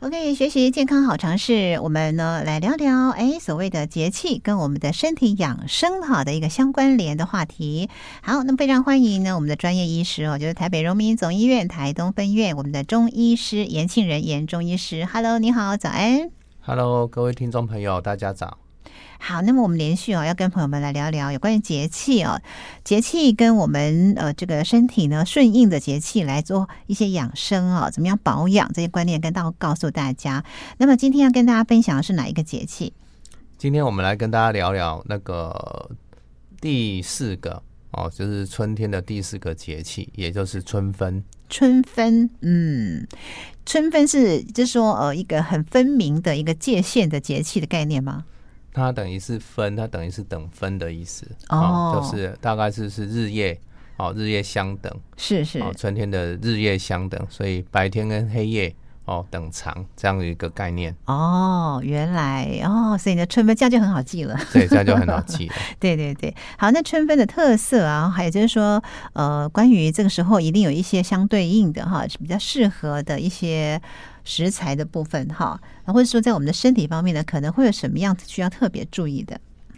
OK，学习健康好常识，我们呢来聊聊，哎，所谓的节气跟我们的身体养生哈的一个相关联的话题。好，那么非常欢迎呢我们的专业医师哦，就是台北荣民总医院台东分院我们的中医师严庆仁严中医师，Hello，你好，早安。 Hello，各位听众朋友，大家早。好，那么我们连续哦，要跟朋友们来聊聊有关于节气哦，节气跟我们呃这个身体呢顺应的节气来做一些养生哦，怎么样保养这些观念跟到告诉大家。那么今天要跟大家分享的是哪一个节气？今天我们来跟大家聊聊那个第四个哦，就是春天的第四个节气，也就是春分。春分，嗯，春分是就是说呃一个很分明的一个界限的节气的概念吗？它等于是分，它等于是等分的意思哦就是大概是是日夜哦，日夜相等是是哦，春天的日夜相等，所以白天跟黑夜哦等长这样的一个概念，哦，原来哦，所以呢春分这样就很好记了。所以这样就很好记了。对对对，好，那春分的特色啊，还有就是说，呃，关于这个时候一定有一些相对应的哈，比较适合的一些食材的部分哈，或者说在我们的身体方面呢，可能会有什么样需要特别注意的？哦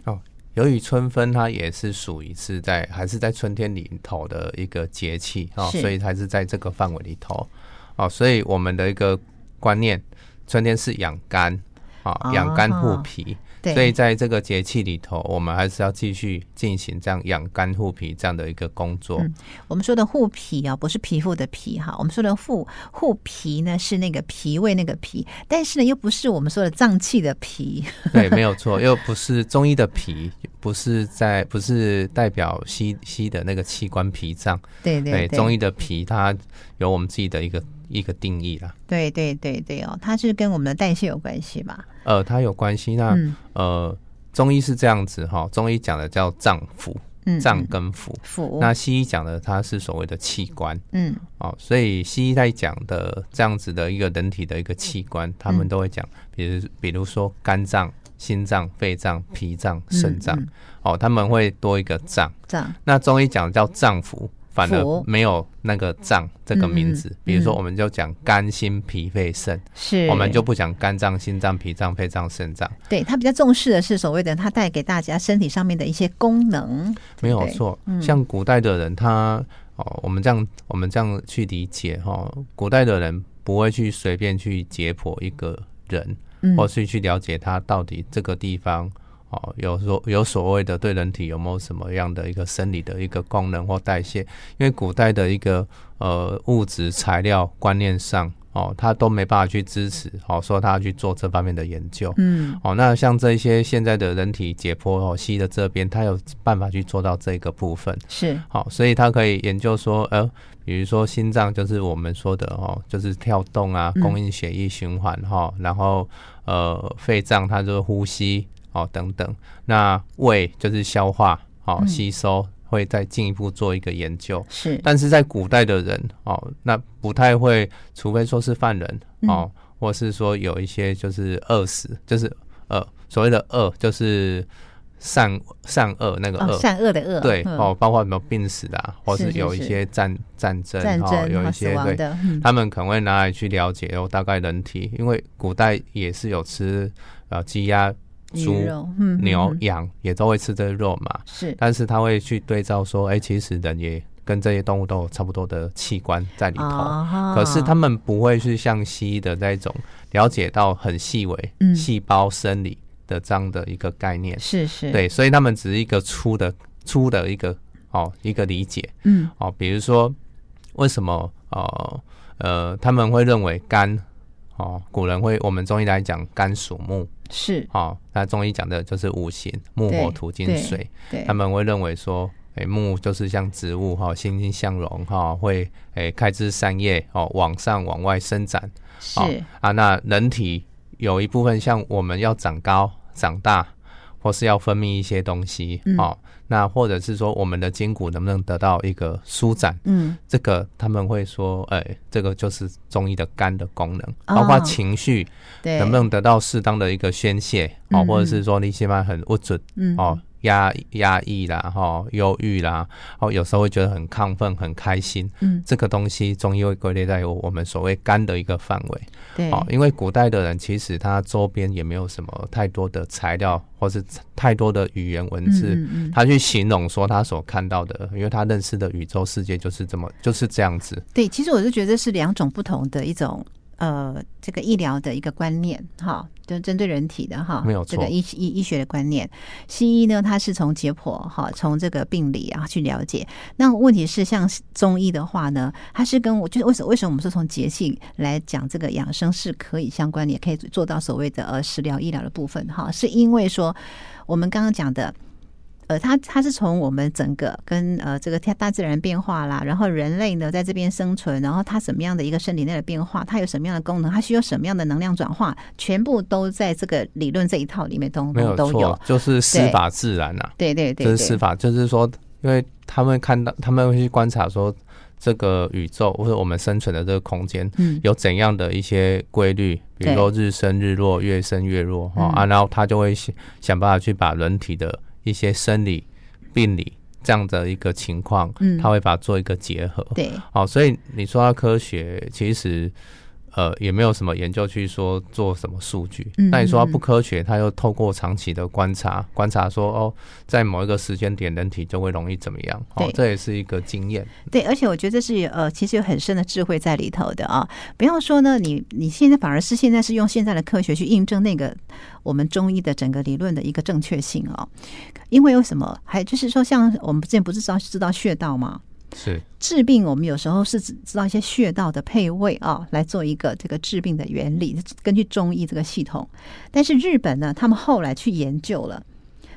由于春分它也是属于是在还是在春天里头的一个节气啊，是所以还是在这个范围里头啊，所以我们的一个观念，春天是养肝哦啊，养肝护脾，对，所以在这个节气里头，我们还是要继续进行这样养肝护脾这样的一个工作。嗯我们说的护脾啊，不是皮肤的皮哈，我们说的护护脾呢是那个脾胃那个脾，但是呢又不是我们说的脏器的脾， 对，没有错，又不是中医的脾，不是在不是代表西西的那个器官脾脏， 对对对，中医的脾它有我们自己的一个一个定义啦。对对对对哦，它是跟我们的代谢有关系吧？呃，它有关系。那、嗯呃，中医是这样子哈，中医讲的叫脏腑，嗯，脏嗯跟腑。腑，那西医讲的它是所谓的器官嗯。哦，所以西医在讲的这样子的一个人体的一个器官，他嗯们都会讲，比如比如说肝脏、心脏、肺脏、脾脏、肾脏、嗯哦，他们会多一个脏。这样那中医讲的叫脏腑。反而腑没有那个“脏”这个名字，嗯嗯比如说嗯我们就讲肝、心、脾、肺、肾，是我们就不讲肝脏、心脏、脾脏、肺脏、肾脏。对他比较重视的是所谓的他带给大家身体上面的一些功能，没有对嗯错，像古代的人他，哦，我们这样我们这样去理解哈、哦，古代的人不会去随便去解剖一个人，嗯或是去了解他到底这个地方哦有所有所谓的对人体有没有什么样的一个生理的一个功能或代谢，因为古代的一个呃物质材料观念上哦，他都没办法去支持哦，说他去做这方面的研究，嗯哦，那像这一些现在的人体解剖哦，西医的这边，它有办法去做到这个部分。是好、所以它可以研究说，呃，比如说心脏就是我们说的哦，就是跳动啊，嗯供应血液循环哈、然后呃，肺脏它就是呼吸哦等等，那胃就是消化哦嗯吸收，会再进一步做一个研究。是但是在古代的人哦，那不太会，除非说是犯人嗯哦，或是说有一些就是饿死，就是呃所谓的饿，就是善善恶那个恶。哦善恶的恶呃对、嗯哦，包括有没有病死的、啊，或是是是有一是些战战争，战哦、争有和一死些亡对，的嗯他们可能会拿来去了解哦，大概人体，因为古代也是有吃呃鸡鸭、鱼猪、肉嗯牛嗯、嗯羊，也都会吃这些肉嘛，是但是他会去对照说，哎、其实人也跟这些动物都有差不多的器官在里头，啊可是他们不会去像西医的那种了解到很细微嗯细胞生理的这样的一个概念，是是对，所以他们只是一个粗的粗的一个哦一个理解嗯哦，比如说为什么哦呃他们会认为肝哦古人会我们中医来讲肝属木是哦，那中医讲的就是五行木对火土金对水。对他们会认为说，哎、木就是像植物哈，欣欣向荣哈，会哎、开枝散叶哦，往上往外伸展哦是啊。那人体有一部分像我们要长高、长大，或是要分泌一些东西、嗯哦，那或者是说我们的筋骨能不能得到一个舒展，嗯这个他们会说，哎、这个就是中医的肝的功能，哦包括情绪对能不能得到适当的一个宣泄哦，嗯或者是说你起码很物质嗯哦，压压抑啦，哈，忧郁啦，哦，有时候会觉得很亢奋、很开心，嗯，这个东西中医会归类在我们所谓肝的一个范围。对，哦，因为古代的人其实他周边也没有什么太多的材料，或是太多的语言文字，嗯嗯嗯他去形容说他所看到的，因为他认识的宇宙世界就是这么就是这样子。对，其实我是觉得是两种不同的一种呃，这个医疗的一个观念哈，就针对人体的哈，没有这个错医医医学的观念。西医呢，它是从解剖哈，从这个病理啊去了解。那问题是，像中医的话呢，它是跟我就是为什么为什么我们说从节气来讲这个养生是可以相关的，也可以做到所谓的呃食疗医疗的部分哈，是因为说我们刚刚讲的。呃，它它是从我们整个跟呃这个大大自然变化啦，然后人类呢在这边生存，然后它什么样的一个身体内的变化，它有什么样的功能，它需要什么样的能量转化，全部都在这个理论这一套里面都没有都有错。，就是司对法自然啊，对对对对，这 是司法，就是说，因为他们看到，他们会去观察说这个宇宙或者我们生存的这个空间嗯有怎样的一些规律，比如对嗯说日升日落、月升月落哈、哦啊，然后他就会想想办法去把人体的一些生理、病理这样的一个情况，嗯他会把它做一个结合。对，哦，所以你说到科学，其实呃也没有什么研究去说做什么数据。嗯那你说它嗯不科学，它又透过长期的观察，观察说哦，在某一个时间点，人体就会容易怎么样？哦对，这也是一个经验。对，而且我觉得这是呃，其实有很深的智慧在里头的啊。不要说呢，你你现在反而是现在是用现在的科学去印证那个我们中医的整个理论的一个正确性哦。因为有什么？还就是说，像我们之前不是知道知道穴道吗？是治病，我们有时候是只知道一些穴道的配位啊，来做一个这个治病的原理，根据中医这个系统。但是日本呢，他们后来去研究了，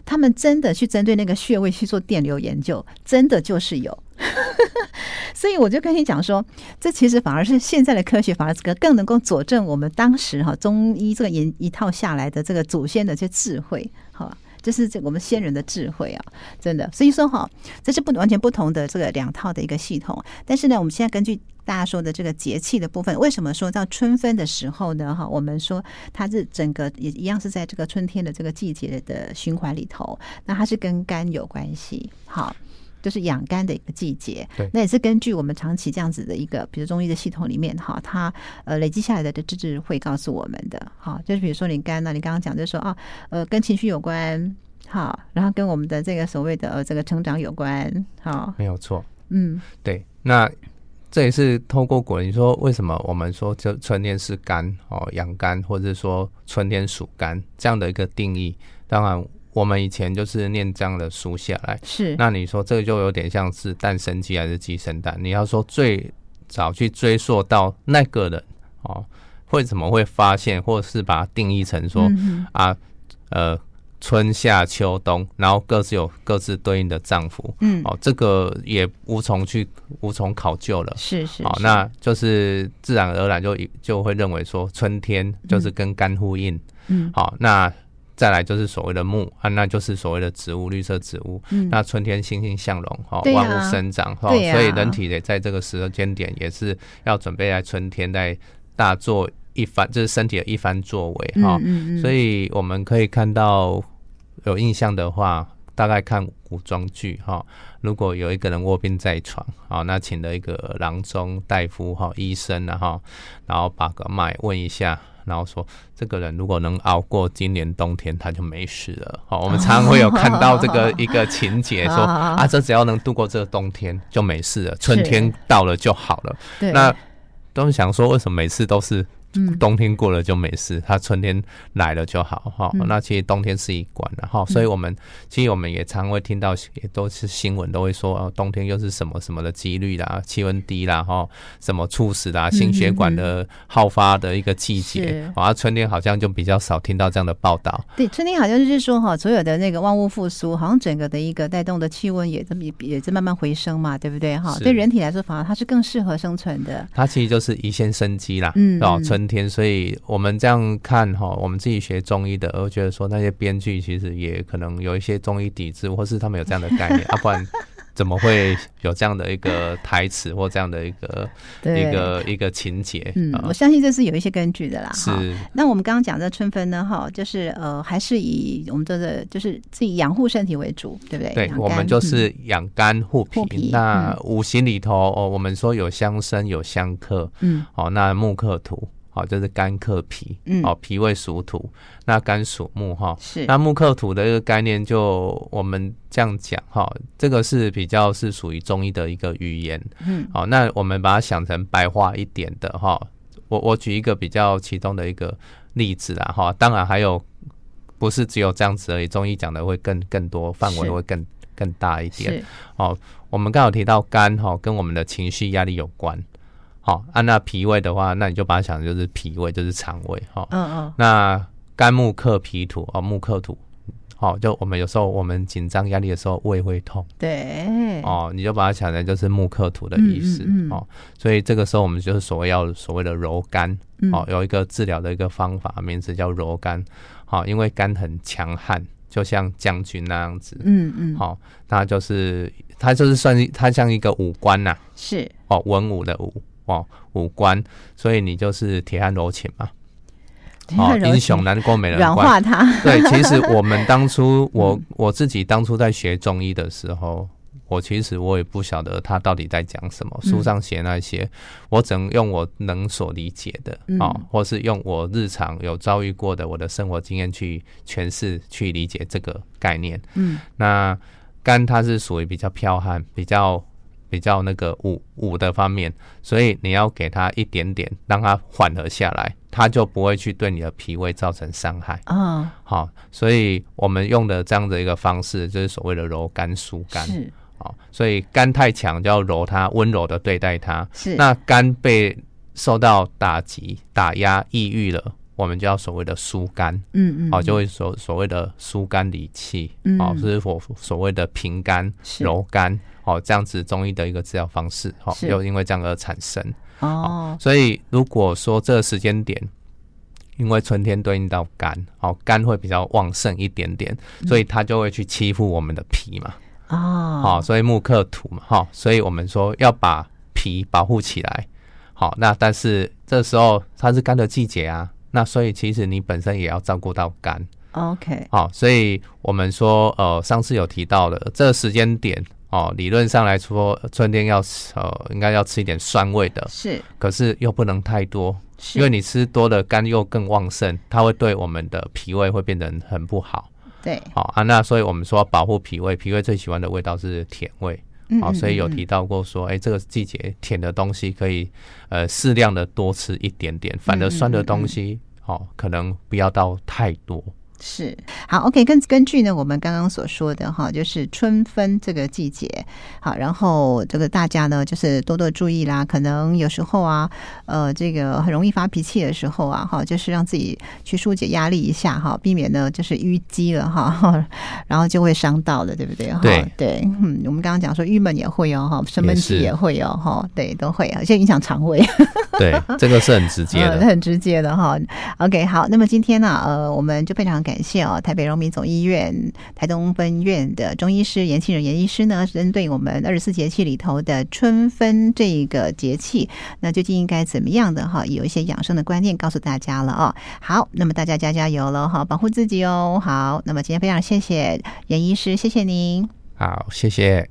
他们真的去针对那个穴位去做电流研究，真的就是有。 所以我就跟你讲说，这其实反而是现在的科学，反而更更能够佐证我们当时哈中医这个研一套下来的这个祖先的这智慧，好吧，就是这我们先人的智慧啊，真的。所以说哈，这是不完全不同的这个两套的一个系统。但是呢，我们现在根据大家说的这个节气的部分，为什么说到春分的时候呢？哈，我们说它是整个也一样是在这个春天的这个季节的呃循环里头，那它是跟肝有关系，好。就是养肝的一个季节对，那也是根据我们长期这样子的一个，比如中医的系统里面哈，它呃累积下来的这这智慧告诉我们的，哈，就是比如说你肝呢、你刚刚讲就是说啊，呃，跟情绪有关，好，然后跟我们的这个所谓的呃这个成长有关，好，没有错。嗯，对，那这也是透过果，你说为什么我们说就春天是肝哦，阳肝，或者说春天属肝这样的一个定义？当然，我们以前就是念这样的书下来。是，那你说这个就有点像是诞生鸡还是鸡生蛋？你要说最早去追溯到那个人哦，为什么会发现，或是把它定义成说、嗯啊，呃，春夏秋冬，然后各自有各自对应的脏腑嗯，哦，这个也无从去无从考究了。是是，哦，是那就是自然而然就以就会认为说春天就是跟肝呼应，嗯好、那再来就是所谓的木啊，那就是所谓的植物，绿色植物。嗯那春天欣欣向荣，哈、对呀万物生长，哈、对呀啊所以人体也在这个时间点也是要准备在春天在大做一番，就是身体的一番作为，哦嗯哈、嗯嗯，所以以我们可以看到，有印象的话，大概看古装剧哈、如果有一个人卧病在床，好、那请了一个郎中、大夫哈、医生然、啊、后，然后把个脉问一下。然后说，这个人如果能熬过今年冬天，他就没事了。好、我们常常会有看到这个一个情节说， 啊啊，这只要能度过这个冬天就没事了，春天到了就好了。对嗯那都想说，为什么每次都是冬天过了就没事，它春天来了就好哈、嗯那其实冬天是一关然后所以我们、其实我们也常会听到，也都是新闻都会说，哦，冬天又是什么什么的几率啦，气温低啦，哈、什么猝死啦，心血管的好发的一个季节嗯是，啊，春天好像就比较少听到这样的报道。对春天好像就是说哈，所有的那个万物复苏，好像整个的一个带动的气温也这么也也在慢慢回升嘛，对不对哈？是对人体来说，反而它是更适合生存的，它其实就是一线生机啦，嗯哦，嗯春天，所以我们这样看哈，我们自己学中医的，我觉得说那些编剧其实也可能有一些中医底子，或是他们有这样的概念，啊，不然怎么会有这样的一个台词或这样的一个 对一个一个情节？嗯，啊我相信这是有一些根据的啦。是哈。那我们刚刚讲的春分呢，哈，就是呃，还是以我们这个就是自己养护身体为主，对不对？对养，我们肝就嗯是养肝护护脾嗯脾。那五行里头哦，我们说有相生，有相克，嗯哦，那木克土，哦，就是肝克脾，嗯哦，脾胃属土，那肝属木哈。是那木克土的一个概念，就我们这样讲哈，这个是比较是属于中医的一个语言。嗯好、那我们把它想成白话一点的哈。我我举一个比较其中的一个例子啦哈，当然还有不是只有这样子而已，中医讲的会更更多，范围是会更更大一点。哦是我们刚好提到肝哈、跟我们的情绪压力有关。好、按、那脾胃的话，那你就把它想成就是脾胃，就是肠胃哈。嗯嗯那肝木克脾土哦，木克土。哦，就我们有时候我们紧张压力的时候，胃会痛。对哦，你就把它想成就是木克土的意思、嗯嗯嗯哦，所以这个时候我们就是所谓要所谓的柔肝、嗯哦，有一个治疗的一个方法，名字叫柔肝，好、因为肝很强悍，就像将军那样子，嗯嗯好、那就是它就是算是它像一个武官呐、是哦，文武的武哦，武官，所以你就是铁汉柔情嘛，哦，英雄难过美人软关，化它，对，其实我们 当初，我嗯我自己当初在学中医的时候，我其实我也不晓得他到底在讲什么，嗯书上写那些，我只能用我能所理解的嗯哦，或是用我日常有遭遇过的我的生活经验去诠释、去理解这个概念。 嗯那肝它是属于比较剽悍、比较比较那个武武的方面，所以你要给它一点点，让它缓和下来，它就不会去对你的脾胃造成伤害。啊好，所以我们用的这样的一个方式，就是所谓的柔肝疏肝。是好，所以肝太强就要柔它，温柔的对待它。是那肝被受到打击、打压、抑郁了，我们就要所谓的疏肝。嗯嗯好，就会会所所谓的疏肝理气。嗯好，是我所谓的平肝、柔肝。好，这样子中医的一个治疗方式，好，是又因为这样而产生。哦所以如果说这个时间点，因为春天对应到肝，哦，肝会比较旺盛一点点，所以它就会去欺负我们的脾嘛，哦好、所以木克土嘛，哈、所以我们说要把脾保护起来，好、那但是这时候它是肝的季节啊，那所以其实你本身也要照顾到肝， OK 好、所以我们说，呃，上次有提到的这个时间点，哦，理论上来说，春天要吃，呃，应该要吃一点酸味的，是可是又不能太多，是因为你吃多了，肝又更旺盛，它会对我们的脾胃会变得很不好。对好、啊，那所以我们说要保护脾胃，脾胃最喜欢的味道是甜味。嗯好、嗯所以嗯有嗯提到过说，哎、这个季节甜的东西可以呃适量的多吃一点点，反而酸的东嗯西，好、可能不要到太 多。是好，OK，根根据呢我们刚刚所说的哈，就是春分这个季节，好，然后这个大家呢就是多多注意啦，可能有时候啊，呃，这个很容易发脾气的时候啊，哈，就是让自己去疏解压力一下哈，避免呢就是淤积了哈， 然后就会伤到的，对不对？哈对对，嗯，我们刚刚讲说郁闷也会哦，哈，生闷也气是也会哦，哈，对，都会，而且影响肠胃。对，这个是很直 接嗯，的。很直接的哈。OK，好，那么今天呢、呃，我们就非常感谢哦，台北荣民总医院台东分院的中医师严庆仁严医师呢，针对我们二十四节气里头的春分这个节气，那究竟应该怎么样的哈，有一些养生的观念告诉大家了哦。好，那么大家加加油了哈，保护自己哦。好，那么今天非常谢谢严医师，谢谢您。好，谢谢。